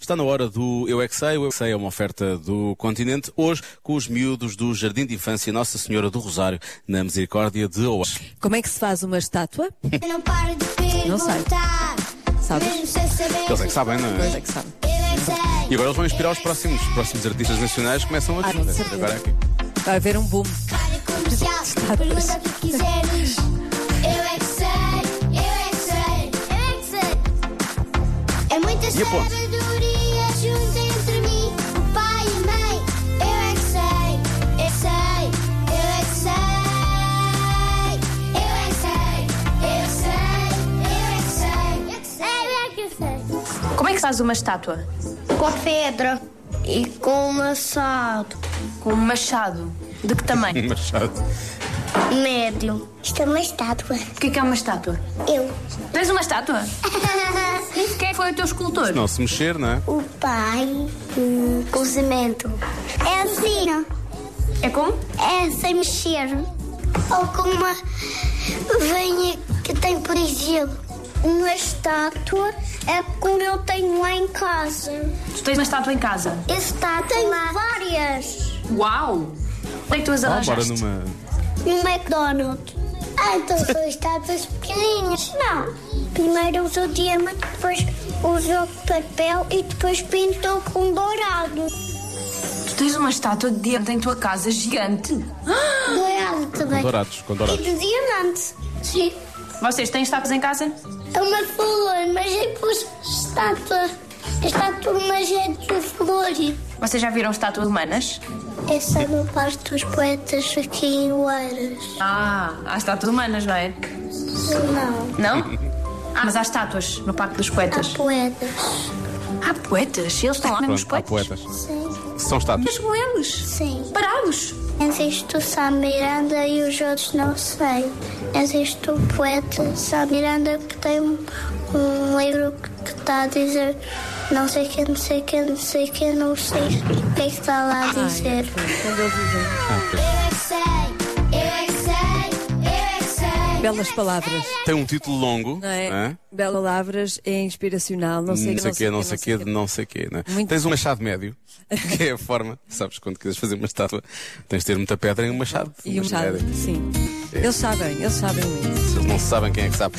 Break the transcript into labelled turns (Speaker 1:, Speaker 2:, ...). Speaker 1: Está na hora do Eu é que sei. O Eu é que sei é uma oferta do continente. Hoje, com os miúdos do Jardim de Infância Nossa Senhora do Rosário, na Misericórdia de Oeiras.
Speaker 2: Como é que se faz uma estátua?
Speaker 3: Eu não paro de
Speaker 2: Não sei.
Speaker 3: perguntar.
Speaker 2: Sabes?
Speaker 3: Mesmo sem saber.
Speaker 1: Eles é que sabem, não
Speaker 2: Pois
Speaker 1: é?
Speaker 2: é que sabe.
Speaker 3: Eu é que sei.
Speaker 1: E agora eles vão inspirar os próximos, os próximos artistas nacionais que começam a
Speaker 2: Ah, com certeza.
Speaker 1: Agora é aqui.
Speaker 2: Vai haver um boom.
Speaker 3: Rádio comercial. Pergunta o que quiseres. Eu é que sei. Eu é que sei. Eu é que sei. É muita
Speaker 1: E a ponte?
Speaker 3: sabedoria junta entre mim, o pai e a mãe. Eu é que sei. Eu sei. Eu é que sei. Eu é que sei. Eu sei. Eu é que sei. Eu é que sei. Eu é que sei.
Speaker 4: Como é que se faz uma estátua?
Speaker 3: com a pedra e com o maçado
Speaker 4: Com um machado. De que tamanho?
Speaker 1: Machado.
Speaker 3: médio. Isto é uma estátua.
Speaker 4: O que é que é uma estátua?
Speaker 3: Eu.
Speaker 4: Tu és uma estátua? E Quem é foi o teu escultor?
Speaker 1: Não se mexer, não é?
Speaker 3: o pai hum, com cimento. É assim,
Speaker 4: É como?
Speaker 3: é sem mexer. Ou com uma venha que tem por exemplo. Uma estátua é como eu tenho lá em casa.
Speaker 4: Tu tens uma estátua em casa.
Speaker 3: Estátua tem várias.
Speaker 4: Uau! Onde é que tu as
Speaker 1: Ah, bora
Speaker 4: arranjaste?
Speaker 1: numa.
Speaker 3: Um McDonald's. Ah, então são estátuas pequenininhas. Não. Primeiro usou diamante, depois usou papel e depois pintou com dourado.
Speaker 4: Tu tens uma estátua de diante em tua casa gigante. Ah!
Speaker 3: Dourado também.
Speaker 1: Dourados, com
Speaker 3: E
Speaker 1: dourados.
Speaker 3: de diamante. Sim.
Speaker 4: Vocês têm estátuas em casa?
Speaker 3: É uma flor, mas eu pus estátua. Estátua, mas é de flor.
Speaker 4: Vocês já viram estátuas humanas?
Speaker 3: Essa é no Parque dos Poetas aqui em Oeiras.
Speaker 4: Ah, há estátuas humanas, não é?
Speaker 3: Não.
Speaker 4: Não? Ah, mas há estátuas no Parque dos Poetas.
Speaker 3: Há poetas.
Speaker 4: Há poetas? Eles estão lá mesmo os
Speaker 1: Pronto, há
Speaker 4: poetas?
Speaker 1: poetas.
Speaker 3: Sim.
Speaker 1: São estátuas.
Speaker 4: Mas com eles?
Speaker 3: Sim.
Speaker 4: Parados?
Speaker 3: Existe o Sá Miranda e os outros não sei. Existe o poeta Sá Miranda que tem um, um livro que está a dizer não sei quem, não sei quem, não sei quem, não sei o que é que está lá a dizer. Eu é que sei, eu é que sei, eu é que sei.
Speaker 2: Belas palavras,
Speaker 1: Tem um título longo,
Speaker 2: não é?
Speaker 1: hã? Hum,
Speaker 2: Belas palavras é inspiracional. Não sei
Speaker 1: Não sei quê, não sei quê, de não sei quê. Né?
Speaker 2: Muito
Speaker 1: Tens um machado médio, que é a forma, sabes, quando quiseres fazer uma estátua, tens de ter muita pedra em um machado.
Speaker 2: E o chá,
Speaker 1: médio. É.
Speaker 2: sim. Eles sabem, eles sabem muito.
Speaker 1: Eles não sabem quem é que sabe.